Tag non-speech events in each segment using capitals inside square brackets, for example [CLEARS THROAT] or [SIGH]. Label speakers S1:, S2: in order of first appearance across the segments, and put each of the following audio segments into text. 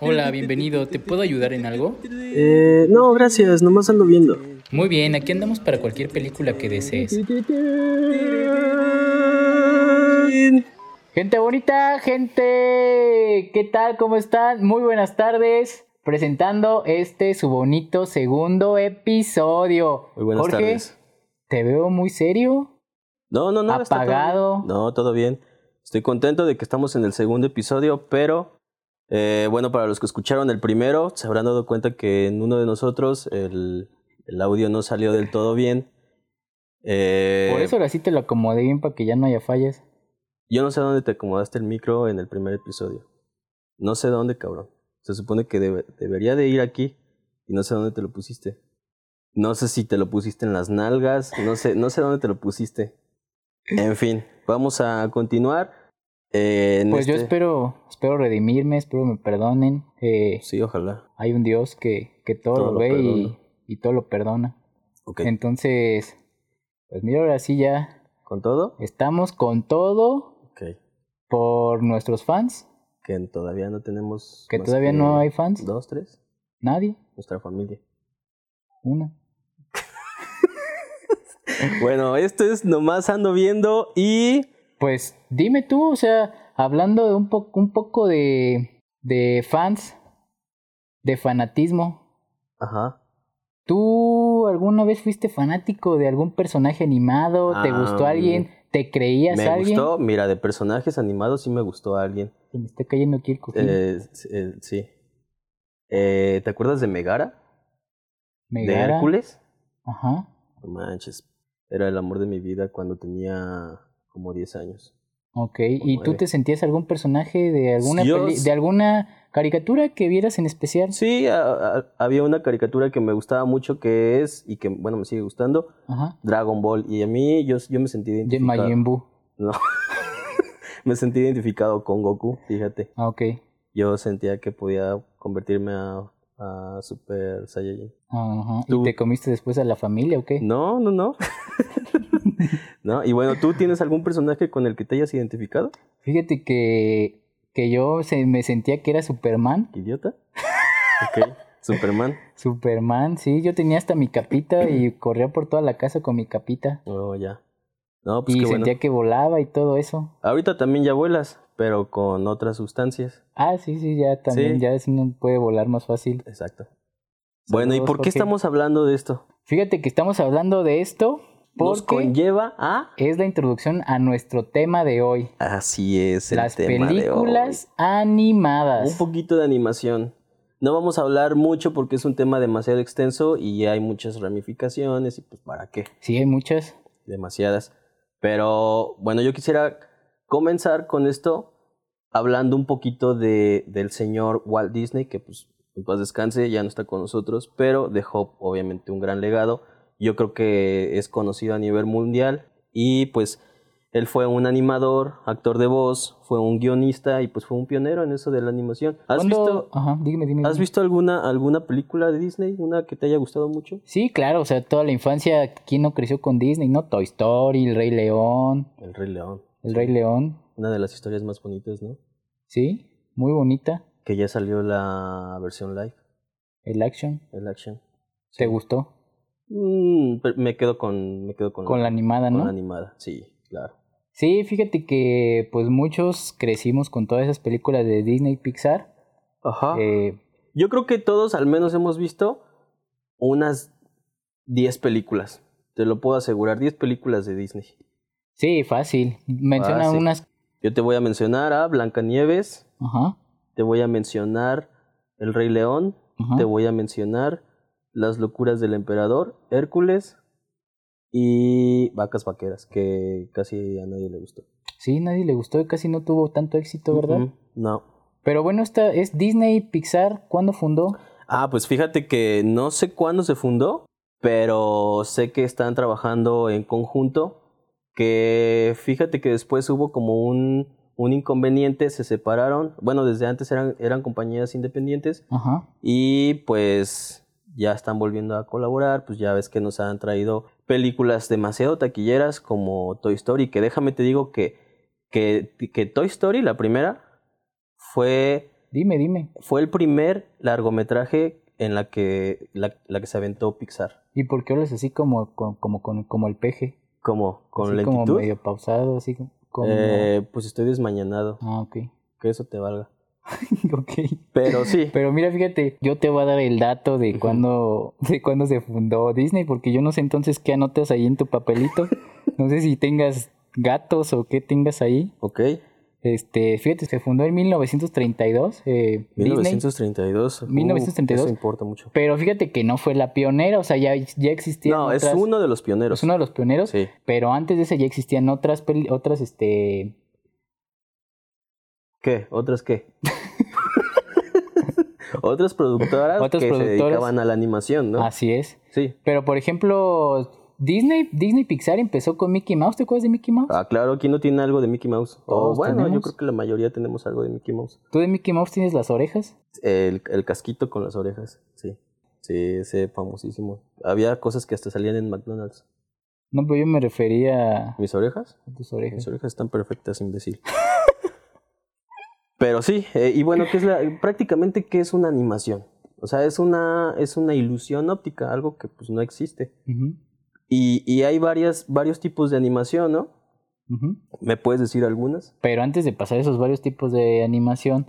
S1: Hola, bienvenido. ¿Te puedo ayudar en algo?
S2: Eh, no, gracias, nomás ando viendo.
S1: Muy bien, aquí andamos para cualquier película que desees.
S3: Gente bonita, gente, ¿qué tal? ¿Cómo están? Muy buenas tardes. Presentando este su bonito segundo episodio.
S4: Muy buenas
S3: Jorge,
S4: tardes.
S3: te veo muy serio,
S4: No, no, no. está todo bien.
S3: apagado.
S4: No, todo bien. Estoy contento de que estamos en el segundo episodio, pero eh, bueno, para los que escucharon el primero, se habrán dado cuenta que en uno de nosotros el, el audio no salió del todo bien. Eh,
S3: Por eso ahora sí te lo acomodé bien para que ya no haya fallas.
S4: Yo no sé dónde te acomodaste el micro en el primer episodio. No sé dónde, cabrón. Se supone que debe- debería de ir aquí y no sé dónde te lo pusiste. No sé si te lo pusiste en las nalgas, no sé, no sé dónde te lo pusiste.
S3: [LAUGHS]
S4: En fin, vamos a continuar. eh, en
S3: Pues yo
S4: este-
S3: espero, espero redimirme, espero me perdonen. Eh,
S4: Sí, ojalá.
S3: hay un Dios que, que todo,
S4: Todo
S3: lo
S4: lo
S3: ve y,
S4: perdona.
S3: y todo lo perdona.
S4: Ok.
S3: Entonces, pues mira, ahora sí ya
S4: ¿Con todo?
S3: estamos con todo
S4: Ok.
S3: por nuestros fans,
S4: Que todavía no tenemos.
S3: que
S4: más
S3: todavía no hay fans,
S4: Dos, tres.
S3: nadie,
S4: Nuestra familia.
S3: una.
S4: bueno, esto es nomás ando viendo y.
S3: Pues dime tú, o sea, hablando de un, po- un poco de, de fans, de fanatismo,
S4: Ajá.
S3: ¿tú alguna vez fuiste fanático de algún personaje animado? ¿Te
S4: Ah,
S3: gustó alguien? ¿Te creías
S4: Me
S3: alguien?
S4: gustó, mira, de personajes animados sí me gustó a alguien.
S3: Se me está cayendo aquí el cojín.
S4: Eh, s- eh, sí. Eh, ¿Te acuerdas de Megara?
S3: Megara.
S4: ¿De Hércules?
S3: Ajá.
S4: No manches. Era el amor de mi vida cuando tenía como 10 años.
S3: Ok,
S4: Como
S3: ¿y tú
S4: nueve.
S3: te sentías algún personaje de alguna
S4: Pues, Yo
S3: peli-
S4: s-
S3: de alguna caricatura que vieras en especial?
S4: Sí, a- a- había una caricatura que me gustaba mucho que es, y que, bueno, me sigue gustando,
S3: Ajá.
S4: Dragon Ball. Y a mí yo, yo me sentí
S3: De
S4: identificado.
S3: Majin Buu.
S4: No. me sentí identificado con Goku, fíjate.
S3: Ah, ok.
S4: Yo sentía que podía convertirme a, a Super Saiyajin.
S3: Ajá. ¿Y
S4: Tú-
S3: te comiste después a la familia o qué?
S4: No, no, no. no, y bueno, ¿tú tienes algún personaje con el que te hayas identificado?
S3: Fíjate que, que yo se, me sentía que era Superman.
S4: ¿Qué idiota? Ok, Superman.
S3: Superman, sí, yo tenía hasta mi capita
S4: [CLEARS THROAT]
S3: y corría por toda la casa con mi capita.
S4: Oh, ya. No, pues
S3: y
S4: qué
S3: sentía
S4: bueno.
S3: que volaba y todo eso.
S4: Ahorita también ya vuelas, pero con otras sustancias.
S3: Ah, sí, sí, ya también,
S4: Sí.
S3: ya es- uno puede volar más fácil.
S4: Exacto. bueno, ¿y
S3: Saludos,
S4: por qué
S3: Jorge.
S4: estamos hablando de esto?
S3: Fíjate que estamos hablando de esto
S4: Nos
S3: porque
S4: conlleva a...
S3: es la introducción a nuestro tema de hoy.
S4: Así es, el
S3: las
S4: tema de hoy.
S3: películas animadas.
S4: Un poquito de animación. No vamos a hablar mucho porque es un tema demasiado extenso y hay muchas ramificaciones y pues para qué.
S3: Sí, hay muchas.
S4: demasiadas. Pero bueno, yo quisiera comenzar con esto hablando un poquito de, del señor Walt Disney, que pues en paz descanse, ya no está con nosotros, pero dejó obviamente un gran legado. Yo creo que es conocido a nivel mundial y pues él fue un animador, actor de voz, fue un guionista y pues fue un pionero en eso de la animación. ¿Has,
S3: ¿Cuándo- Mm.
S4: visto,
S3: Ajá, dígame, dime.
S4: ¿has
S3: dime.
S4: visto alguna, alguna película de Disney? ¿Una que te haya gustado mucho?
S3: Sí, claro, o sea, toda la infancia, ¿quién no creció con Disney? ¿No? Toy Story, El Rey León,
S4: El Rey León.
S3: El Rey León,
S4: Una de las historias más bonitas, ¿no?
S3: ¿sí? Muy bonita,
S4: que ya salió la versión live,
S3: el action.
S4: el action.
S3: ¿Te gustó?
S4: Mm, pero me quedo con me quedo con,
S3: Con la animada,
S4: con
S3: ¿no?
S4: la animada, sí, claro.
S3: Sí, fíjate que pues muchos crecimos con todas esas películas de Disney y Pixar.
S4: Ajá.
S3: Eh,
S4: Yo creo que todos al menos hemos visto unas 10 películas. Te lo puedo asegurar, 10 películas de Disney.
S3: sí, fácil. Menciona
S4: Fácil.
S3: unas...
S4: Yo te voy a mencionar a Blancanieves,
S3: Ajá,
S4: te voy a mencionar El Rey León,
S3: ajá.
S4: te voy a mencionar Las locuras del emperador, Hércules y Vacas vaqueras, que casi a nadie le gustó.
S3: Sí, nadie le gustó y casi no tuvo tanto éxito, ¿verdad?
S4: Mm, No.
S3: Pero bueno, esta es Disney Pixar. ¿Cuándo fundó?
S4: Ah, pues fíjate que no sé cuándo se fundó, pero sé que están trabajando en conjunto. Que fíjate que después hubo como un, un inconveniente, se separaron. Bueno, desde antes eran, eran compañías independientes
S3: Ajá.
S4: y pues ya están volviendo a colaborar. Pues ya ves que nos han traído películas demasiado taquilleras como Toy Story, que déjame te digo que, que, que Toy Story, la primera, fue,
S3: Dime, dime.
S4: fue el primer largometraje en la que, la, la que se aventó Pixar.
S3: ¿Y por qué hablas así como, como, como, con- como el peje?
S4: Como con
S3: así
S4: lentitud.
S3: como medio pausado, así como... como-
S4: Eh, pues estoy desmañanado.
S3: Ah, ok. [LAUGHS]
S4: Que eso te valga.
S3: ok.
S4: Pero sí.
S3: [LAUGHS] Pero mira, fíjate, yo te voy a dar el dato de
S4: Ujú.
S3: cuándo, [LAUGHS] de cuándo se fundó Disney, porque yo no sé entonces qué anotas ahí en tu papelito.
S4: [LAUGHS]
S3: No sé si tengas gatos o qué tengas ahí.
S4: ok.
S3: Este, fíjate, se fundó en 1932 eh, Disney.
S4: 1932. uh,
S3: 1932.
S4: eso importa mucho.
S3: Pero fíjate que no fue la pionera, o sea, ya, ya existían
S4: No, es
S3: otras-
S4: uno de los pioneros.
S3: es uno de los pioneros,
S4: Sí.
S3: pero antes de ese ya existían otras, peli- otras, este,
S4: ¿Qué? ¿Otras qué?
S3: [LAUGHS]
S4: Otras productoras
S3: Otras
S4: que se
S3: productoras. Ah,
S4: dedicaban a la animación, ¿no?
S3: así es.
S4: Sí.
S3: Pero por ejemplo, Disney, Disney Pixar empezó con Mickey Mouse, ¿te acuerdas de Mickey Mouse?
S4: Ah, claro, ¿quién no tiene algo de Mickey Mouse? O
S3: Todos
S4: bueno, yo
S3: tenemos.
S4: creo que la mayoría tenemos algo de Mickey Mouse.
S3: ¿Tú de Mickey Mouse tienes las orejas?
S4: El, el casquito con las orejas, sí. Sí, ese famosísimo. Había cosas que hasta salían en McDonald's.
S3: No, pero yo me refería
S4: ¿Mis orejas?
S3: a tus orejas.
S4: Mis orejas están perfectas, imbécil. Pero sí, eh, y bueno, ¿qué es la, prácticamente qué es una animación? O sea, es una, es una ilusión óptica, algo que pues no existe.
S3: Ujú,
S4: Y, y hay varias, varios tipos de animación, ¿no?
S3: ujú.
S4: ¿Me puedes decir algunas?
S3: Pero antes de pasar a esos varios tipos de animación,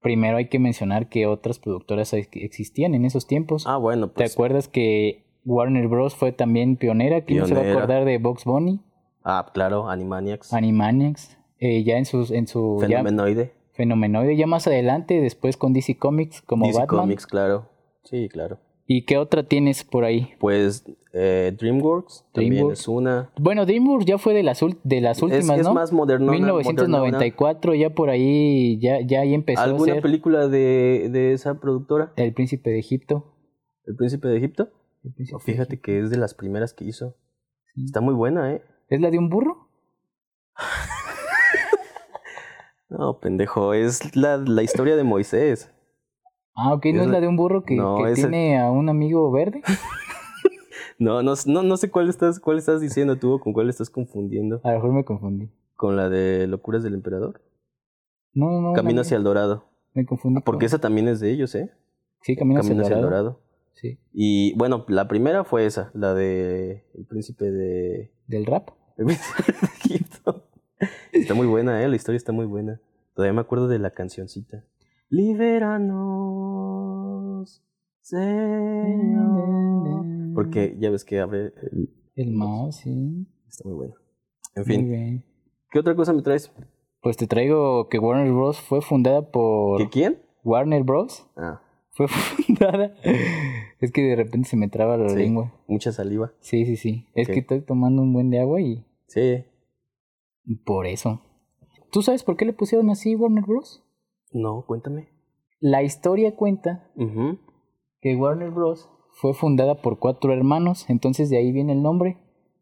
S3: primero hay que mencionar que otras productoras ex- existían en esos tiempos.
S4: Ah, bueno,
S3: ¿Te
S4: pues.
S3: acuerdas que Warner Bros. fue también pionera? ¿Quién no se va
S4: Pionera.
S3: a acordar de Box Bunny?
S4: Ah, claro, Animaniacs.
S3: Animaniacs. eh, ya en sus en su ya-
S4: Fenomenoide.
S3: fenomenoide. Ya más adelante, después con DC Comics como
S4: DC
S3: Batman.
S4: Comics, claro. Sí, claro.
S3: ¿Y qué otra tienes por ahí?
S4: Pues eh, DreamWorks también
S3: DreamWorks.
S4: es una.
S3: Bueno, DreamWorks ya fue de las, ul- de las
S4: Es-
S3: últimas,
S4: es,
S3: ¿no?
S4: más moderno.
S3: 1994, ya por ahí, ya, ya ahí empezó a
S4: ¿Alguna
S3: ser
S4: película de, de esa productora?
S3: El Príncipe de Egipto.
S4: ¿El Príncipe de Egipto?
S3: El Príncipe de
S4: Fíjate
S3: Egipto.
S4: que es de las primeras que hizo.
S3: Sí.
S4: Está muy buena, ¿eh?
S3: ¿Es la de un burro?
S4: No, pendejo, es la, la historia de Moisés.
S3: Ah, ok, ¿no es
S4: Es la-
S3: la de un burro que,
S4: No,
S3: que
S4: es el-
S3: tiene a un amigo verde?
S4: No, no, no, no sé cuál estás, cuál estás diciendo tú o con cuál estás confundiendo.
S3: A lo mejor me confundí.
S4: ¿Con la de Locuras del Emperador?
S3: No, no, no.
S4: Camino
S3: no,
S4: hacia el Dorado.
S3: Me confundí.
S4: Porque
S3: con-
S4: esa también es de ellos, ¿eh?
S3: Sí, Camino, hacia, el Dorado. Sí,
S4: Y bueno, la primera fue esa, la de El Príncipe de...
S3: del rap.
S4: El [LAUGHS] Príncipe de Egipto. Está muy buena, ¿eh? La historia está muy buena. Todavía me acuerdo de la cancioncita. Libéranos, Señor. Porque ya ves que abre... el-
S3: El mar, sí.
S4: Está muy bueno. En
S3: Muy
S4: fin,
S3: bien.
S4: ¿qué otra cosa me traes?
S3: Pues te traigo que Warner Bros. fue fundada por...
S4: ¿Que quién?
S3: Warner Bros.
S4: Ah,
S3: Fue [LAUGHS] fundada... es que de repente se me traba la
S4: Sí.
S3: lengua.
S4: mucha saliva.
S3: Sí, sí, sí. Es
S4: Ok.
S3: que estoy tomando un buen de agua y
S4: Sí.
S3: por eso. ¿Tú sabes por qué le pusieron así Warner Bros?
S4: No, cuéntame.
S3: La historia cuenta
S4: Ujú.
S3: que Warner Bros fue fundada por cuatro hermanos, entonces de ahí viene el nombre.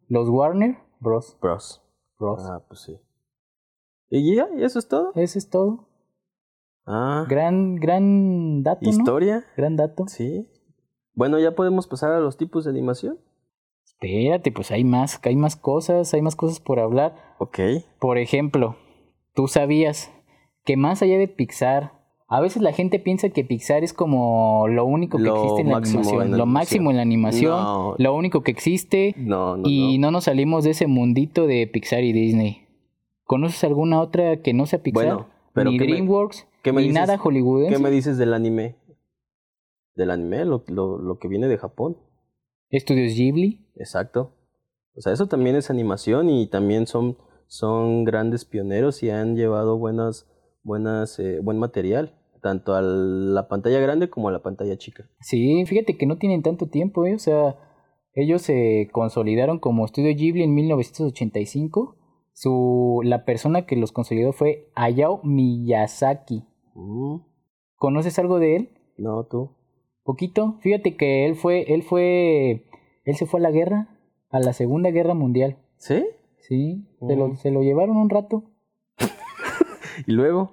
S3: Los Warner Bros.
S4: Bros.
S3: Bros.
S4: Ah, pues sí. ¿Y ya? ¿Y eso es todo?
S3: Eso es todo.
S4: Ah,
S3: Gran, gran dato, ¿no?
S4: historia.
S3: Gran dato.
S4: Sí. Bueno, ya podemos pasar a los tipos de animación.
S3: Espérate, pues hay más, hay más cosas, hay más cosas por hablar.
S4: Ok.
S3: Por ejemplo, tú sabías que más allá de Pixar, a veces la gente piensa que Pixar es como lo único que
S4: Lo
S3: existe en la
S4: máximo en
S3: animación,
S4: la
S3: lo
S4: animación.
S3: máximo en la animación,
S4: No.
S3: lo único que existe
S4: No, no.
S3: y no. nos salimos de ese mundito de Pixar y Disney. ¿Conoces alguna otra que no sea Pixar?
S4: Bueno, pero
S3: ni
S4: ¿qué me-
S3: DreamWorks,
S4: qué me
S3: ni
S4: dices?
S3: nada
S4: no. ¿Qué
S3: hollywoodense.
S4: me dices del anime? Del anime, lo, lo, lo que viene de Japón.
S3: Estudios Ghibli,
S4: Exacto. O sea, eso también es animación y también son, son grandes pioneros y han llevado buenas, buenas, eh, buen material, tanto a la pantalla grande como a la pantalla chica.
S3: sí, fíjate que no tienen tanto tiempo, ¿eh? o sea, ellos se consolidaron como Estudio Ghibli en 1985. Su, la persona que los consolidó fue Hayao Miyazaki.
S4: Mm,
S3: ¿Conoces algo de él?
S4: No, tú.
S3: Poquito. Fíjate que él fue, él fue, él se fue a la guerra, a la Segunda Guerra Mundial.
S4: ¿Sí?
S3: Sí, se,
S4: Ujú.
S3: lo, se lo llevaron un rato.
S4: Y luego,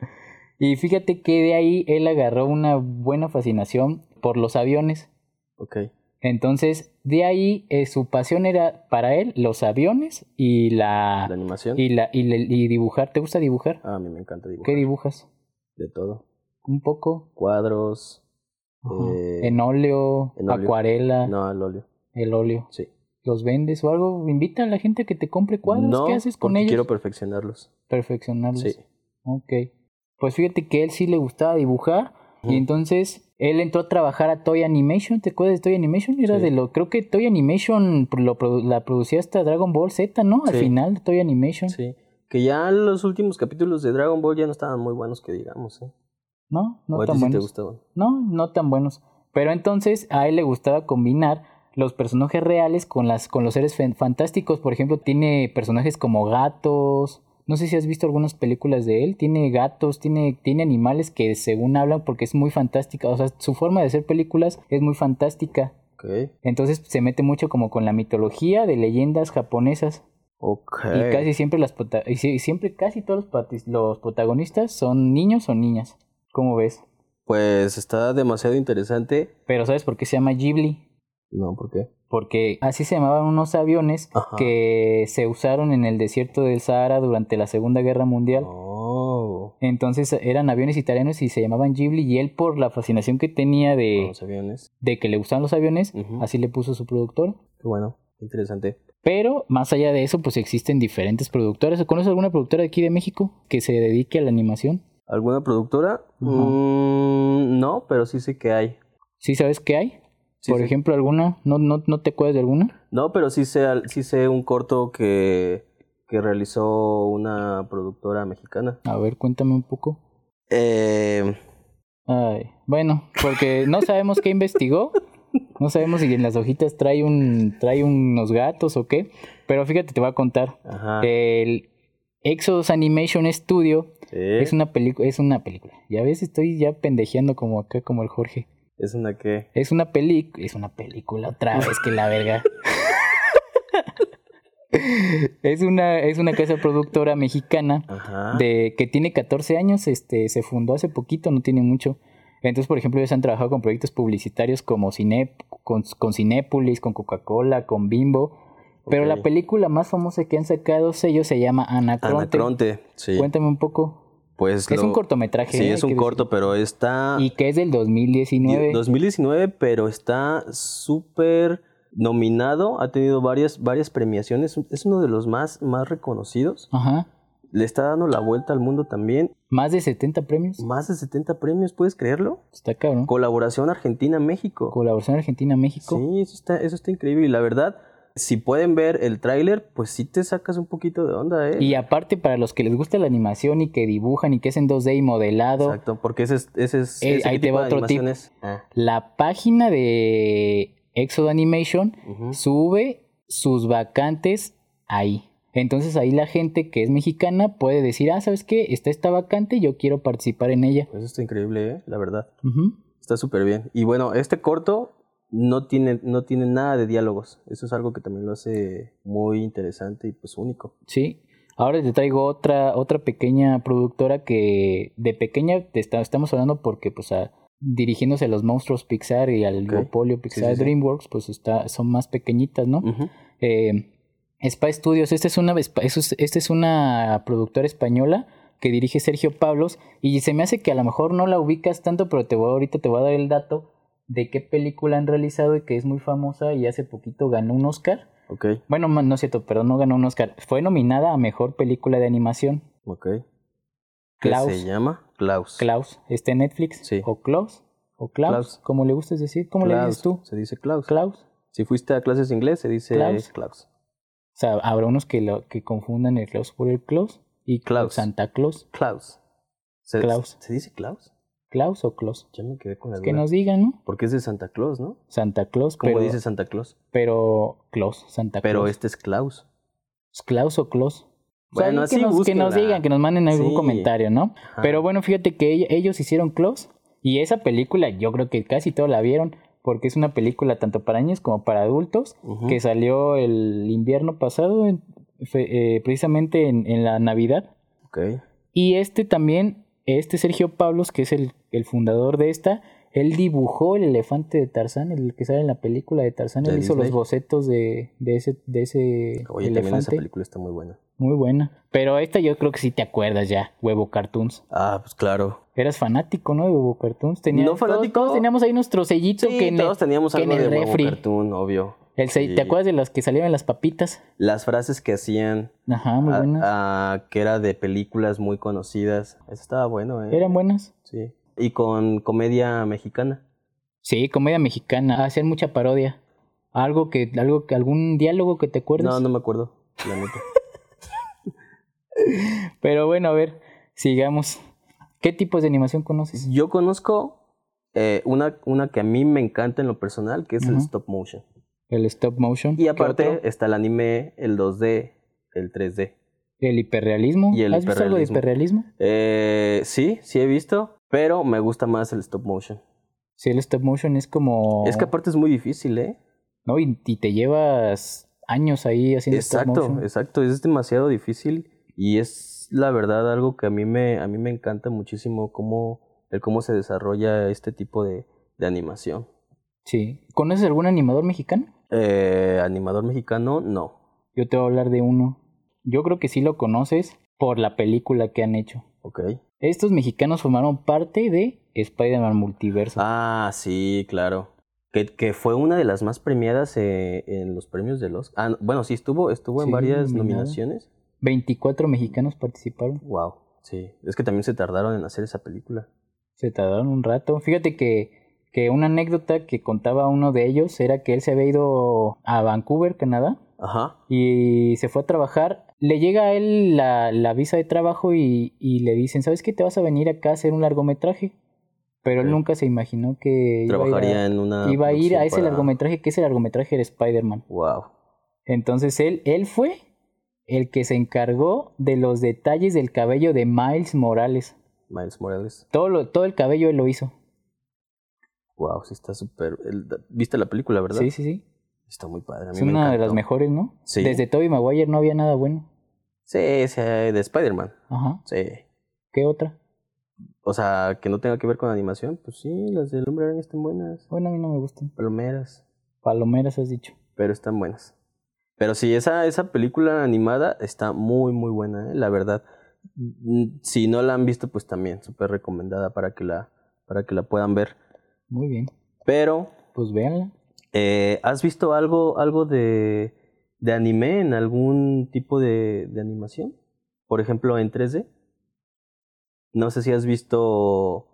S3: Y fíjate que de ahí él agarró una buena fascinación por los aviones.
S4: ok.
S3: Entonces, de ahí eh, su pasión era para él los aviones y la,
S4: La animación.
S3: y la y, le- y dibujar. ¿Te gusta dibujar?
S4: Ah, a mí me encanta dibujar.
S3: Ah, ¿Qué dibujas?
S4: de todo.
S3: Un poco.
S4: Cuadros.
S3: Ajá.
S4: eh,
S3: en óleo,
S4: en óleo.
S3: acuarela,
S4: No, al óleo.
S3: el óleo.
S4: Sí.
S3: ¿Los vendes o algo? Invita a la gente a que te compre cuadros.
S4: no,
S3: ¿Qué haces con
S4: porque
S3: ellos? este.
S4: Quiero perfeccionarlos.
S3: Perfeccionarlos.
S4: Sí.
S3: Ok. Pues fíjate que él sí le gustaba dibujar. Y
S4: Ujú.
S3: entonces él entró a trabajar a Toy Animation. ¿Te acuerdas de Toy Animation? Era
S4: Sí.
S3: de lo. Creo que Toy Animation lo produ- la producía hasta Dragon Ball Z, ¿no? Al
S4: Sí.
S3: final de Toy Animation.
S4: Sí. Que ya los últimos capítulos de Dragon Ball ya no estaban muy buenos, que digamos. ¿eh?
S3: ¿No?
S4: O
S3: No
S4: a ti
S3: tan
S4: sí te
S3: buenos.
S4: gustaban.
S3: no, no tan buenos. Pero entonces a él le gustaba combinar los personajes reales con, las, con los seres fen- fantásticos. Por ejemplo, tiene personajes como gatos. No sé si has visto algunas películas de él. Tiene gatos, tiene, tiene animales que según hablan porque es muy fantástica. O sea, su forma de hacer películas es muy fantástica.
S4: Ok.
S3: Entonces se mete mucho como con la mitología de leyendas japonesas.
S4: Ok.
S3: Y casi siempre las prota- y sí, siempre casi todos los, patis- los protagonistas son niños o niñas. ¿Cómo ves?
S4: Pues está demasiado interesante.
S3: Pero ¿sabes por qué se llama Ghibli?
S4: No, ¿por qué?
S3: porque así se llamaban unos aviones
S4: Ajá.
S3: que se usaron en el desierto del Sahara durante la Segunda Guerra Mundial.
S4: Oh.
S3: Entonces eran aviones italianos y se llamaban Ghibli y él por la fascinación que tenía de,
S4: Los aviones.
S3: de que le gustaban los aviones,
S4: Oh. Ujú.
S3: así le puso su productor.
S4: Qué bueno. Interesante.
S3: Pero más allá de eso, pues existen diferentes productoras. ¿Conoces alguna productora de aquí de México que se dedique a la animación?
S4: ¿Alguna productora?
S3: Ajá.
S4: Mm, no, pero sí sé que hay.
S3: ¿Sí sabes qué hay?
S4: Sí
S3: por
S4: sé-
S3: ejemplo, alguna, ¿No, no, ¿no te acuerdas de alguna?
S4: No, pero sí sé, al- sí sé un corto que, que realizó una productora mexicana.
S3: A ver, cuéntame un poco.
S4: Eh,
S3: Ay, bueno, porque no sabemos qué investigó. No sabemos si en las hojitas trae un trae unos gatos o qué. Pero fíjate, te voy a contar.
S4: ajá.
S3: El Exodus Animation Studio
S4: sí,
S3: es una película, es una película. Ya ves, estoy ya pendejeando como acá como el Jorge.
S4: es una que...
S3: Es una peli, es una película otra vez que la verga. [LAUGHS] es una es una casa productora mexicana
S4: Ajá.
S3: de que tiene 14 años, este, se fundó hace poquito, no tiene mucho. Entonces, por ejemplo, ellos han trabajado con proyectos publicitarios como Cine, con, con Cinépolis, con Coca-Cola, con Bimbo. Pero
S4: Ok.
S3: la película más famosa que han sacado ellos se llama Anacronte.
S4: Anacronte, sí.
S3: Cuéntame un poco.
S4: Pues
S3: es
S4: lo-
S3: un cortometraje.
S4: Sí,
S3: ¿eh?
S4: es
S3: Hay
S4: un
S3: que
S4: corto, pero está...
S3: decir. Y que es del 2019.
S4: 2019, pero está súper nominado, ha tenido varias, varias premiaciones, es uno de los más, más reconocidos,
S3: Ajá.
S4: le está dando la vuelta al mundo también,
S3: Más de 70 premios.
S4: más de 70 premios, ¿puedes creerlo?
S3: Está cabrón.
S4: Colaboración Argentina-México.
S3: Colaboración Argentina-México.
S4: Sí, eso está, eso está increíble. Y la verdad, si pueden ver el tráiler, pues sí te sacas un poquito de onda, ¿eh?
S3: Y aparte, para los que les gusta la animación y que dibujan y que es en 2D y modelado,
S4: Exacto, porque ese es, ese es
S3: Eh,
S4: ese
S3: ahí te
S4: tipo
S3: va
S4: de
S3: otro tip.
S4: animaciones. Ah,
S3: la página de Exodo Animation
S4: ujú.
S3: sube sus vacantes ahí. Entonces ahí la gente que es mexicana puede decir, ah, ¿sabes qué? Está esta vacante, yo quiero participar en ella.
S4: Eso está increíble, ¿eh? La verdad.
S3: Ujú.
S4: Está súper bien. Y bueno, este corto no tiene, no tiene nada de diálogos. Eso es algo que también lo hace muy interesante y pues único.
S3: Sí. Ahora te traigo otra, otra pequeña productora que de pequeña te está- estamos hablando porque pues a- dirigiéndose a los monstruos Pixar y al
S4: Ok.
S3: duopolio Pixar
S4: sí, sí.
S3: DreamWorks, pues está, son más pequeñitas, ¿no?
S4: Ujú.
S3: Eh, Spa Studios, esta es, una, espa- eso es- esta es una productora española que dirige Sergio Pablos y se me hace que a lo mejor no la ubicas tanto, pero te voy, ahorita te voy a dar el dato de qué película han realizado y que es muy famosa y hace poquito ganó un Oscar.
S4: Ok,
S3: Bueno, ma- no es cierto, perdón, no ganó un Oscar. Fue nominada a Mejor Película de Animación.
S4: ok. ¿Qué se
S3: Klaus.
S4: llama? Klaus.
S3: Klaus, este Netflix.
S4: Sí.
S3: O Klaus. O Klaus,
S4: Klaus.
S3: como le gustes decir. ¿Cómo le dices tú?
S4: Klaus. Se dice Klaus.
S3: Klaus.
S4: Si fuiste a clases de inglés, se dice
S3: Klaus.
S4: Klaus.
S3: O sea, habrá unos que, lo, que confundan el Klaus por el Klaus y
S4: Klaus.
S3: Santa Claus.
S4: Klaus. ¿Se,
S3: Klaus.
S4: ¿Se dice Klaus?
S3: Klaus o Claus.
S4: Ya me quedé con la
S3: Es
S4: duda.
S3: que nos digan, ¿no?
S4: Porque es de Santa Claus, ¿no?
S3: Santa Claus,
S4: Como
S3: pero,
S4: dice Santa Claus.
S3: pero Claus, Santa
S4: Pero
S3: Claus.
S4: este es Klaus.
S3: ¿Es Klaus o Claus? O sea,
S4: Bueno,
S3: ahí que,
S4: así
S3: nos, que
S4: búsquenla.
S3: nos digan, que nos manden algún
S4: Sí. Ah.
S3: comentario, ¿no?
S4: Ajá.
S3: Pero bueno, fíjate que ella- ellos hicieron Klaus y esa película yo creo que casi todos la vieron porque es una película tanto para niños como para adultos
S4: Ujú.
S3: que salió el invierno pasado, en- fe- eh, precisamente en, en la Navidad.
S4: Ok.
S3: Y este también este Sergio Pablos, que es el, el fundador de esta, él dibujó el elefante de Tarzán, el que sale en la película de Tarzán,
S4: ¿De
S3: él hizo
S4: Disney?
S3: los bocetos de, de ese, de ese
S4: Oye, también esa
S3: elefante.
S4: película está muy buena.
S3: Muy buena. Pero esta yo creo que sí te acuerdas ya, huevo cartoons.
S4: Ah, pues claro.
S3: Eras fanático, ¿no? De huevo cartoons. Tenía-
S4: No
S3: todos-
S4: fanático.
S3: Todos, teníamos ahí nuestro sellito
S4: Sí,
S3: que en el-
S4: todos teníamos
S3: que en
S4: algo de
S3: el
S4: huevo
S3: refri.
S4: cartoon, obvio.
S3: el se-
S4: Sí.
S3: ¿Te acuerdas de las que salían en las papitas?
S4: Las frases que hacían,
S3: Ajá, muy
S4: ah,
S3: buenas.
S4: ah, que era de películas muy conocidas. Eso estaba bueno, ¿eh?
S3: ¿Eran buenas?
S4: Sí. Y con comedia mexicana.
S3: Sí, comedia mexicana. Hacer mucha parodia. Algo que, algo que, algún diálogo que te acuerdes.
S4: No, no me acuerdo, la neta. [LAUGHS]
S3: Pero bueno, a ver, sigamos. ¿Qué tipos de animación conoces?
S4: Yo conozco eh, una, una que a mí me encanta en lo personal, que es el
S3: Ujú.
S4: stop motion.
S3: El stop motion.
S4: Y
S3: ¿Qué
S4: aparte
S3: otro?
S4: está el anime, el 2D, el 3D.
S3: el hiperrealismo.
S4: y el
S3: ¿Has visto algo de
S4: hiperrealismo.
S3: hiperrealismo?
S4: Eh, sí, sí he visto, pero me gusta más el stop motion.
S3: Sí, el stop motion es como.
S4: Es que aparte es muy difícil, ¿eh?
S3: No, y, y te llevas años ahí haciendo stop
S4: Exacto,
S3: motion.
S4: exacto, es demasiado difícil y es la verdad algo que a mí me, a mí me encanta muchísimo cómo, el cómo se desarrolla este tipo de, de animación.
S3: Sí. ¿Conoces algún animador mexicano?
S4: Eh, Animador mexicano, no.
S3: Yo te voy a hablar de uno. Yo creo que sí lo conoces por la película que han hecho.
S4: Ok.
S3: Estos mexicanos formaron parte de Spider-Man Multiverso.
S4: Ah, sí, claro. Que, que fue una de las más premiadas eh, en los premios de los... Ah, no, bueno, sí, estuvo, estuvo en
S3: Sí,
S4: varias
S3: nominada.
S4: nominaciones.
S3: 24 mexicanos participaron.
S4: Wow, sí. Es que también se tardaron en hacer esa película.
S3: Se tardaron un rato. Fíjate que, que una anécdota que contaba uno de ellos era que él se había ido a Vancouver, Canadá,
S4: Ajá.
S3: y se fue a trabajar. Le llega a él la, la visa de trabajo y, y le dicen, ¿sabes qué? Te vas a venir acá a hacer un largometraje. Pero él
S4: Ok.
S3: nunca se imaginó que iba a ir a-
S4: Trabajaría en una...
S3: iba a ir a ese
S4: largometraje.
S3: largometraje, que ese largometraje era Spider-Man.
S4: Wow.
S3: Entonces él, él fue el que se encargó de los detalles del cabello de Miles Morales.
S4: Miles Morales.
S3: Todo, lo, todo el cabello él lo hizo.
S4: Wow, sí está súper... el- ¿Viste la película, verdad?
S3: Sí, sí, sí.
S4: Está muy padre. a mí
S3: Es
S4: me
S3: una de las
S4: encantó.
S3: mejores, ¿no?
S4: Sí.
S3: Desde Tobey Maguire no había nada bueno.
S4: Sí, sí, de Spider-Man.
S3: Ajá.
S4: Sí.
S3: ¿Qué otra?
S4: O sea, que no tenga que ver con animación, pues sí, las del Hombre Araña están buenas.
S3: Bueno, a mí no me gustan.
S4: Palomeras.
S3: Palomeras has dicho.
S4: pero están buenas. Pero sí, esa, esa película animada está muy, muy buena, ¿eh? la verdad. Mm, Si no la han visto, pues también, súper recomendada para que, la, para que la puedan ver.
S3: Muy bien.
S4: Pero,
S3: Pues véanla.
S4: eh, ¿has visto algo, algo de, de anime en algún tipo de, de animación? Por ejemplo, en 3D. No sé si has visto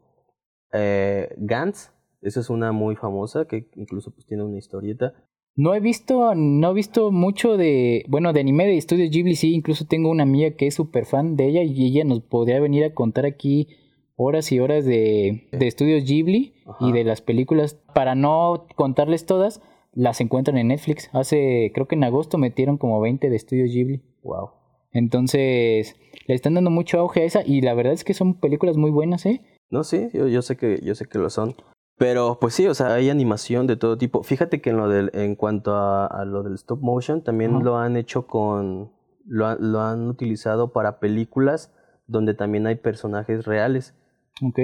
S4: eh, Gantz. Esa es una muy famosa que incluso pues, tiene una historieta.
S3: No he visto, no he visto mucho de, bueno, de anime de Estudio Ghibli, sí, incluso tengo una amiga que es súper fan de ella y ella nos podría venir a contar aquí horas y horas de, de Estudios Ghibli
S4: Ajá.
S3: y de las películas. Para no contarles todas, las encuentran en Netflix. Hace, creo que en agosto metieron como 20 de Estudios Ghibli.
S4: ¡Wow!
S3: Entonces, le están dando mucho auge a esa y la verdad es que son películas muy buenas, ¿eh?
S4: No, sí, yo, yo sé que, yo sé que lo son. Pero pues sí, o sea, hay animación de todo tipo. Fíjate que en lo del, en cuanto a, a lo del stop motion, también
S3: Ajá.
S4: lo han hecho con. Lo, han- lo han utilizado para películas donde también hay personajes reales.
S3: Ok,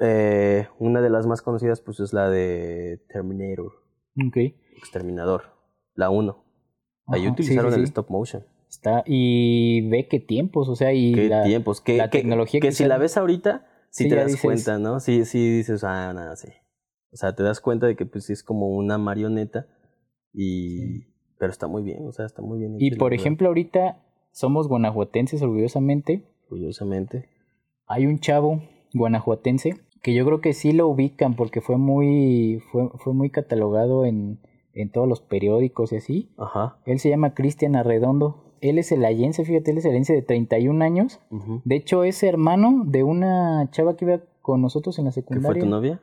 S4: Eh, una de las más conocidas, pues, es la de Terminator,
S3: ok.
S4: Exterminador, la 1. Ahí
S3: Ajá, sí,
S4: utilizaron
S3: sí,
S4: el
S3: sí.
S4: stop motion.
S3: Está, y ve qué tiempos, o sea, y
S4: qué
S3: la-
S4: tiempos, qué,
S3: la
S4: qué-
S3: tecnología
S4: que
S3: que
S4: si la
S3: usaron.
S4: ves ahorita, si
S3: Sí,
S4: te
S3: ya
S4: das
S3: dices-
S4: cuenta, ¿no? Sí, sí dices, ah, nada, sí. O sea, te das cuenta de que pues sí es como una marioneta y... Pero está muy bien, o sea, está muy bien.
S3: Y
S4: hecho, la
S3: por
S4: verdad,
S3: ejemplo, ahorita somos guanajuatenses orgullosamente.
S4: Curiosamente.
S3: Hay un chavo guanajuatense que yo creo que sí lo ubican porque fue muy, fue, fue muy catalogado en, en todos los periódicos y así.
S4: Ajá.
S3: Él se llama Cristian Arredondo. Él es el allense, fíjate, él es el allense de 31 años.
S4: ujú.
S3: De hecho, es hermano de una chava que iba con nosotros en la
S4: ¿Qué fue
S3: secundaria.
S4: tu novia?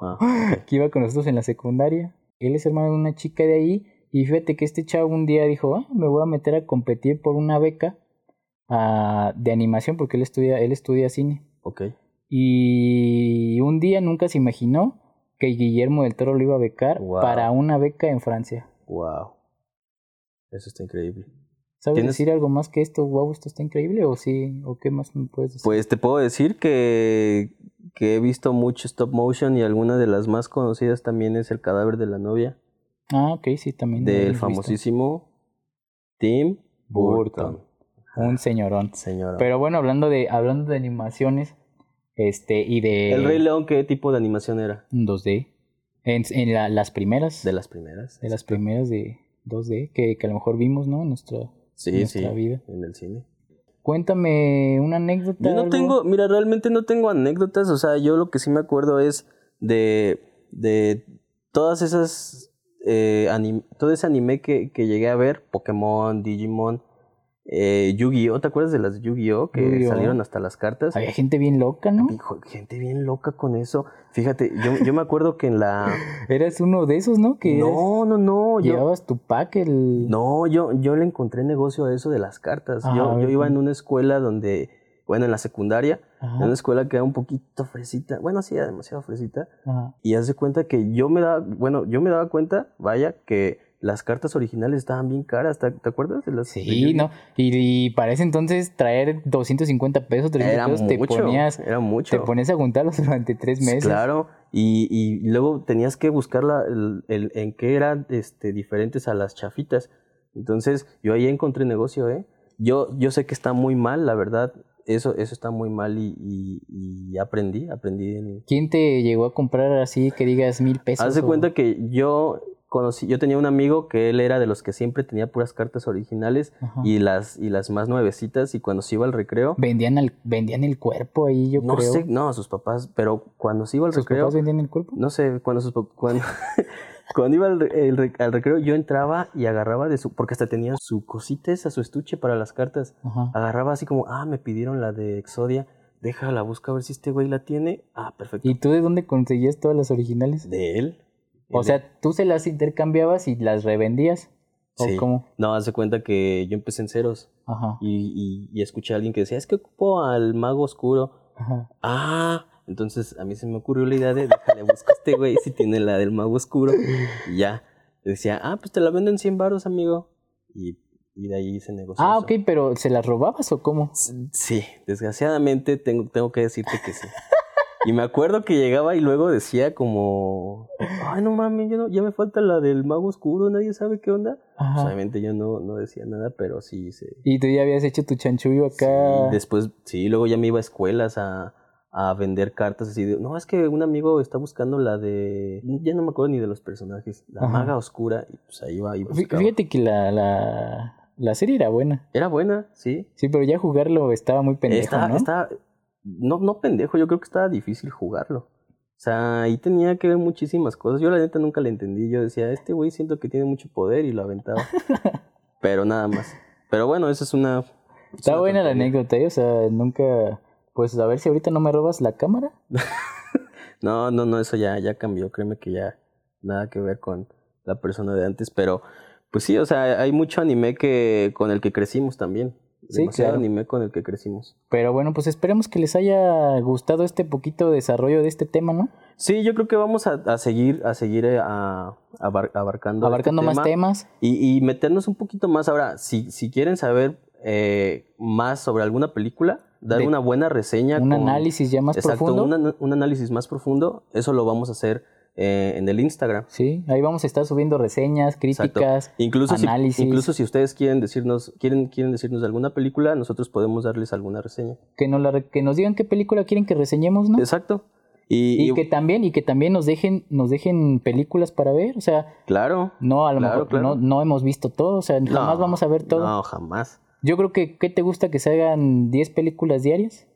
S4: Ah,
S3: [LAUGHS] que iba con nosotros en la secundaria. Él es hermano de una chica de ahí. Y fíjate que este chavo un día dijo, ah, me voy a meter a competir por una beca ah, de animación porque él estudia, él estudia cine.
S4: ok.
S3: Y un día nunca se imaginó que Guillermo del Toro lo iba a becar
S4: Wow.
S3: para una beca en Francia.
S4: Wow. Eso está increíble.
S3: ¿Sabes
S4: ¿Tienes-
S3: decir algo más que esto? Wow, esto está increíble. ¿O sí? ¿O qué más me puedes decir?
S4: Pues te puedo decir que, que he visto mucho stop motion y alguna de las más conocidas también es El cadáver de la novia
S3: ah, ok, sí, también. lo
S4: del
S3: hemos visto.
S4: famosísimo Tim Burton.
S3: Burton. Un señorón.
S4: Señora.
S3: Pero bueno, hablando de, hablando de animaciones este y de
S4: ¿El Rey León qué tipo de animación era?
S3: en 2D. En, en la- las primeras.
S4: De las primeras.
S3: de las primeras de 2D que, que a lo mejor vimos, ¿no? En nuestra, en
S4: Sí, sí.
S3: nuestra vida.
S4: En el cine.
S3: Cuéntame una anécdota.
S4: Yo no
S3: algo.
S4: tengo, mira, realmente no tengo anécdotas, o sea, yo lo que sí me acuerdo es de, de todas esas, eh, anim- todo ese anime que, que llegué a ver, Pokémon, Digimon, eh, Yu-Gi-Oh, ¿te acuerdas de las de Yu-Gi-Oh que
S3: Yu-Gi-Oh.
S4: salieron hasta las cartas?
S3: Había gente bien loca, ¿no?
S4: Hijo, gente bien loca con eso. Fíjate, yo, yo me acuerdo que en la...
S3: Eras uno de esos, ¿no? Que eras-
S4: No, no, no, yo,
S3: llevabas tu pack, el...
S4: no, yo, yo le encontré negocio a eso de las cartas.
S3: Ajá, Ah, a
S4: yo,
S3: ver,
S4: yo iba en
S3: ¿cómo?
S4: una escuela donde, bueno, en la secundaria, en
S3: Ajá,
S4: una escuela que era un poquito fresita. Bueno, sí, era demasiado fresita.
S3: ajá.
S4: Y haz de cuenta que yo me daba, bueno, yo me daba cuenta, vaya, que las cartas originales estaban bien caras. ¿Te, te acuerdas de las? de
S3: Sí,
S4: Yu-Gi-Oh?
S3: ¿no? Y, y para ese entonces traer 250 pesos, 300
S4: Era
S3: pesos,
S4: mucho,
S3: pues, te ponías,
S4: era mucho.
S3: te ponías a juntarlos durante tres meses.
S4: Claro. Y, y luego tenías que buscar la- el, el- en qué eran este, diferentes a las chafitas. Entonces, yo ahí encontré negocio, ¿eh? Yo, yo sé que está muy mal, la verdad. Eso, eso está muy mal y, y- y aprendí, aprendí en,
S3: ¿Quién te llegó a comprar así que digas mil pesos?
S4: Haz de
S3: o-
S4: cuenta que yo conocí, yo tenía un amigo que él era de los que siempre tenía puras cartas originales
S3: Ajá.
S4: y las, y las más nuevecitas, y cuando se iba al recreo,
S3: Vendían, al- vendían el cuerpo ahí, yo
S4: no
S3: creo.
S4: sé, no, sus papás, pero cuando se iba al
S3: ¿Sus
S4: recreo,
S3: papás vendían el cuerpo?
S4: no sé, cuando sus pap- cuando, [LAUGHS] cuando iba al, re- el re- al recreo, yo entraba y agarraba de su, porque hasta tenía su cosita esa, su estuche para las cartas.
S3: Ajá.
S4: Agarraba así como, ah, me pidieron la de Exodia, déjala, busca a ver si este güey la tiene. Ah, perfecto.
S3: ¿Y tú de dónde conseguías todas las originales?
S4: De él.
S3: O
S4: Él-
S3: sea, tú se las intercambiabas y las revendías. ¿O
S4: Sí.
S3: cómo?
S4: no, haz de cuenta que yo empecé en ceros.
S3: Ajá.
S4: y, y- y escuché a alguien que decía, es que ocupo al mago oscuro.
S3: Ajá.
S4: Ah, entonces a mí se me ocurrió la idea de, déjale, busca a este güey si tiene la del mago oscuro. Y ya, Le decía, ah, pues te la vendo en 100 baros, amigo. Y, y de ahí se negoció.
S3: Ah,
S4: eso.
S3: ok, pero ¿se las robabas o cómo?
S4: S- Sí, desgraciadamente tengo, tengo que decirte que sí. Y me acuerdo que llegaba y luego decía como, ay, no mames, ya, no- ya me falta la del mago oscuro, nadie sabe qué onda. Pues,
S3: Ajá.
S4: obviamente yo no, no decía nada, pero sí se,
S3: Y tú ya habías hecho tu chanchullo
S4: Sí,
S3: acá.
S4: después, sí, luego ya me iba a escuelas a, a vender cartas así de, no, es que un amigo está buscando la de, ya no me acuerdo ni de los personajes, la
S3: Ajá.
S4: maga oscura, y pues ahí va, y
S3: Fí-
S4: buscaba.
S3: Fíjate que la, la, la serie era buena.
S4: Era buena, sí.
S3: Sí, pero ya jugarlo estaba muy pendejo,
S4: estaba,
S3: ¿no?
S4: estaba- no, no pendejo, yo creo que estaba difícil jugarlo. O sea, ahí tenía que ver muchísimas cosas. Yo la neta nunca la entendí. Yo decía, este güey siento que tiene mucho poder y lo
S3: [LAUGHS]
S4: aventaba. Pero nada más. Pero bueno, esa es una... es
S3: Está
S4: una
S3: buena la
S4: tontería.
S3: anécdota, ¿eh? o sea, nunca... Pues a ver si ahorita no me robas la cámara.
S4: No, no, no, eso ya, ya cambió, créeme que ya nada que ver con la persona de antes, pero pues sí, o sea, hay mucho anime que con el que crecimos también.
S3: Sí,
S4: Demasiado
S3: claro.
S4: anime con el que crecimos.
S3: Pero bueno, pues esperemos que les haya gustado este poquito desarrollo de este tema, ¿no?
S4: Sí, yo creo que vamos a, a seguir, a seguir eh, a- abar- abarcando. este
S3: Abarcando más
S4: tema
S3: temas.
S4: Y, y meternos un poquito más. Ahora, si, si quieren saber eh, más sobre alguna película, dar
S3: De-
S4: una buena reseña.
S3: un
S4: con-
S3: análisis ya más
S4: Exacto,
S3: profundo.
S4: un ana- un análisis más profundo, eso lo vamos a hacer eh, en el Instagram.
S3: Sí, ahí vamos a estar subiendo reseñas,
S4: Exacto.
S3: críticas.
S4: incluso
S3: análisis.
S4: Si, incluso si ustedes quieren decirnos, quieren, quieren decirnos de alguna película, nosotros podemos darles alguna reseña.
S3: Que, nos la re- que nos digan qué película quieren que reseñemos, ¿no?
S4: Exacto. Y,
S3: Y
S4: y-
S3: que también, y que también nos dejen, nos dejen películas para ver. O sea,
S4: claro.
S3: no, a lo
S4: Claro,
S3: mejor
S4: claro.
S3: No, no hemos visto todo. O sea, jamás
S4: No,
S3: vamos a ver todo.
S4: No, jamás.
S3: Yo creo que, ¿qué te gusta que se hagan 10 películas diarias?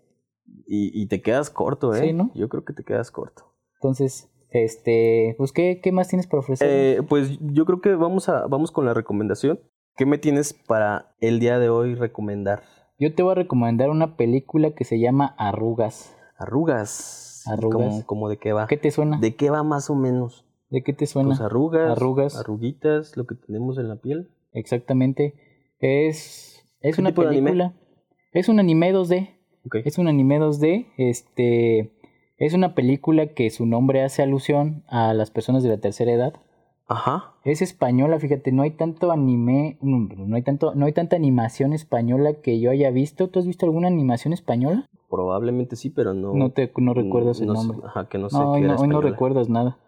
S4: Y, y te quedas corto, ¿eh?
S3: Sí, ¿no?
S4: Yo creo que te quedas corto.
S3: Entonces, este, pues, ¿qué, qué más tienes para ofrecer?
S4: Eh, pues yo creo que vamos, a, vamos con la recomendación. ¿Qué me tienes para el día de hoy recomendar?
S3: Yo te voy a recomendar una película que se llama Arrugas.
S4: Arrugas.
S3: Arrugas.
S4: ¿Cómo, cómo de qué va?
S3: ¿Qué te suena? ¿De,
S4: Ah, ¿De qué va más o menos?
S3: qué te suena?
S4: Pues arrugas,
S3: Arrugas.
S4: arruguitas, lo que tenemos en la piel.
S3: Exactamente. Es, es
S4: ¿Qué
S3: una
S4: tipo de anime?
S3: película. Es un anime 2D.
S4: Ok.
S3: Es un anime 2D. Este es una película que su nombre hace alusión a las personas de la tercera edad
S4: Ajá.
S3: Es española, fíjate, no hay tanto anime, mm, no hay tanto, no hay tanta animación española que yo haya visto. ¿Tú has visto alguna animación española?
S4: Probablemente sí, pero no.
S3: No te, no recuerdas el
S4: no sé-
S3: nombre.
S4: Ajá, que no sé
S3: No, hoy
S4: qué era ¿eh?
S3: no, hoy no
S4: española.
S3: recuerdas
S4: [LAUGHS]
S3: nada.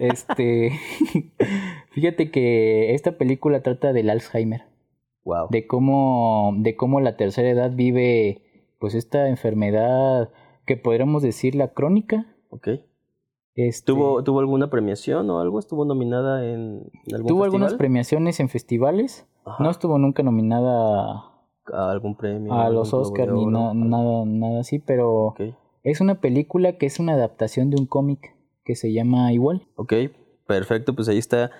S3: este, [LAUGHS] fíjate que esta película trata del Alzheimer,
S4: Wow.
S3: de cómo, de cómo la tercera edad vive, pues esta enfermedad que podríamos decir la crónica.
S4: Ok.
S3: Este,
S4: ¿Tuvo, ¿Tuvo alguna premiación o algo? ¿Estuvo nominada en, en algún
S3: tuvo
S4: festival?
S3: algunas premiaciones en festivales.
S4: Ajá.
S3: No estuvo nunca nominada
S4: ¿A algún premio?
S3: a
S4: algún
S3: los
S4: Globo
S3: Oscars
S4: de
S3: ni na-
S4: Oro?
S3: nada, nada así, pero
S4: Ok.
S3: es una película que es una adaptación de un cómic que se llama igual.
S4: Ok, perfecto, pues ahí está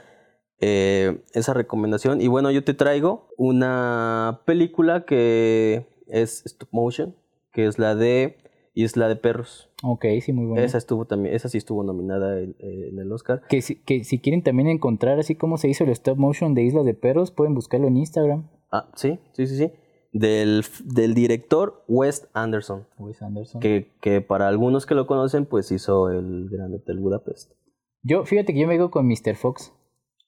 S4: eh, esa recomendación. Y bueno, yo te traigo una película que es stop motion, que es la de Isla de Perros.
S3: Ok, sí, muy buena.
S4: Esa estuvo también, esa sí estuvo nominada en, eh, en el Oscar.
S3: Que si, que si quieren también encontrar así como se hizo el stop motion de Isla de Perros, pueden buscarlo en Instagram.
S4: Ah, sí, sí, sí, sí. Del, f- del director Wes Anderson,
S3: Wes Anderson.
S4: que, que para algunos que lo conocen, pues hizo el Gran Hotel Budapest.
S3: Yo, fíjate que yo me quedo con Mr. Fox,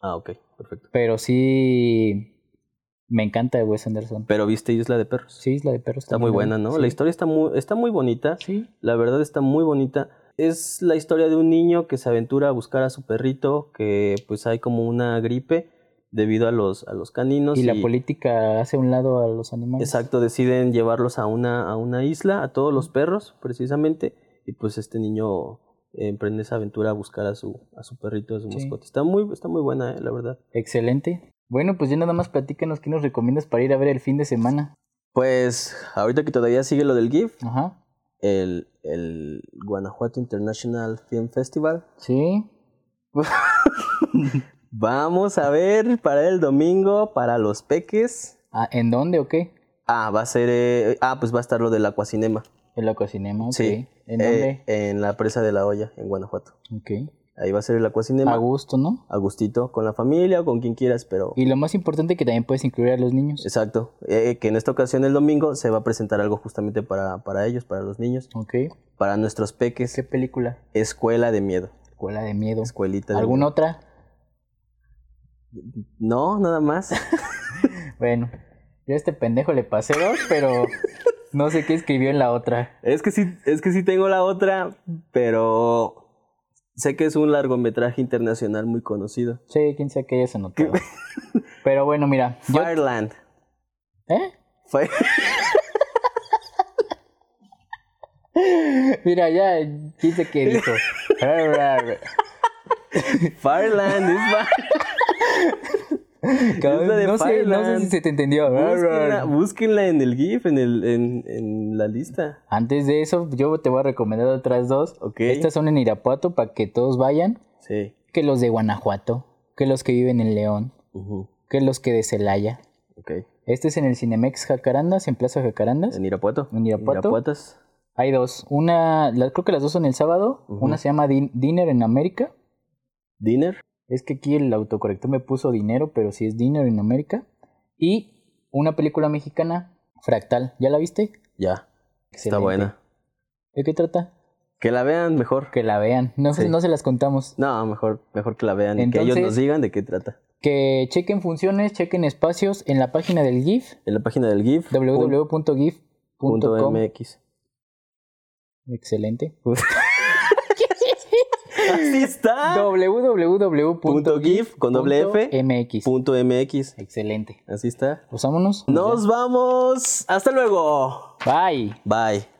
S4: Ah, ok, perfecto.
S3: pero sí me encanta Wes Anderson.
S4: Pero viste Isla de Perros.
S3: Sí, Isla de Perros
S4: Está muy buena, ¿no? La historia está muy, está muy bonita.
S3: Sí,
S4: La verdad está muy bonita. Es la historia de un niño que se aventura a buscar a su perrito, que pues hay como una gripe debido a los, a los caninos.
S3: y la política hace a un lado a los animales.
S4: Exacto, deciden llevarlos a una, a una isla, a todos los perros, precisamente. Y pues este niño emprende esa aventura a buscar a su, a su perrito, a su
S3: Sí.
S4: mascota. Está muy, está muy buena, eh, la verdad.
S3: Excelente. Bueno, pues ya nada más platícanos qué nos recomiendas para ir a ver el fin de semana.
S4: Pues ahorita que todavía sigue lo del GIF,
S3: Ajá.
S4: el, el Guanajuato International Film Festival,
S3: Sí.
S4: Vamos a ver para el domingo, para los peques.
S3: Ah, ¿En dónde o qué?
S4: Ah, va a ser. eh, ah, pues va a estar lo del Aquacinema.
S3: En la Cocinema, ok.
S4: Sí.
S3: ¿En
S4: Eh, en la presa de la olla, en Guanajuato.
S3: dónde?
S4: Ahí va a ser el
S3: Ok.
S4: Aquacinema.
S3: A gusto, ¿no?
S4: a gustito, con la familia o con quien quieras, pero.
S3: Y lo más importante que también puedes incluir a los niños.
S4: Exacto. Eh, que en esta ocasión, el domingo, se va a presentar algo justamente para, para ellos, para los niños,
S3: Ok.
S4: para nuestros peques.
S3: ¿Qué película?
S4: Escuela de miedo.
S3: Escuela de miedo.
S4: Escuelita de
S3: ¿Alguna
S4: miedo.
S3: otra?
S4: No, nada más.
S3: Bueno, yo a este pendejo le pasé dos, pero
S4: [LAUGHS]
S3: no sé qué escribió en la otra.
S4: Es que sí, es que sí tengo la otra, pero sé que es un largometraje internacional muy conocido.
S3: Sí, quién sabe que hayas anotado. Pero bueno, mira. yo-
S4: Fireland.
S3: ¿Eh?
S4: [LAUGHS] Fire-
S3: Mira, ya, quién sabe qué
S4: [LAUGHS]
S3: dijo.
S4: Fireland es ba-
S3: Cabrón,
S4: la de
S3: no, sé, no sé
S4: Fireland.
S3: si se te entendió.
S4: búsquenla, búsquenla en el GIF, en, el, en, en la lista.
S3: Antes de eso, yo te voy a recomendar otras dos.
S4: Ok.
S3: Estas son en Irapuato para que todos vayan.
S4: Sí.
S3: Que los de Guanajuato, que los que viven en León,
S4: Ujú,
S3: que los que de Celaya.
S4: Ok.
S3: Este es en el Cinemex Jacarandas, en Plaza Jacarandas.
S4: En Irapuato.
S3: En Irapuato.
S4: Irapuatas.
S3: Hay dos. Una, la- creo que las dos son el sábado.
S4: Ujú.
S3: Una se llama Din- Dinner en América.
S4: Dinner.
S3: Es que aquí el autocorrector me puso dinero, pero sí es Dinner en América. Y una película mexicana, Fractal. ¿Ya la viste?
S4: Ya. Está
S3: Excelente.
S4: buena.
S3: ¿De qué trata?
S4: Que la vean mejor.
S3: Que la vean. No,
S4: Sí.
S3: no se las contamos.
S4: No, mejor, mejor que la vean y que ellos
S3: Entonces-
S4: nos digan de qué trata.
S3: Que chequen funciones, chequen espacios en la página del GIF,
S4: En la página del GIF.
S3: www.gif.com.
S4: .mx.
S3: Excelente.
S4: [LAUGHS] Así está. Punto GIF con doble F.
S3: www.gif.mx.
S4: Punto .mx.
S3: Excelente.
S4: Así está.
S3: Pues vámonos.
S4: Nos vamos. Hasta luego.
S3: Bye.
S4: Bye.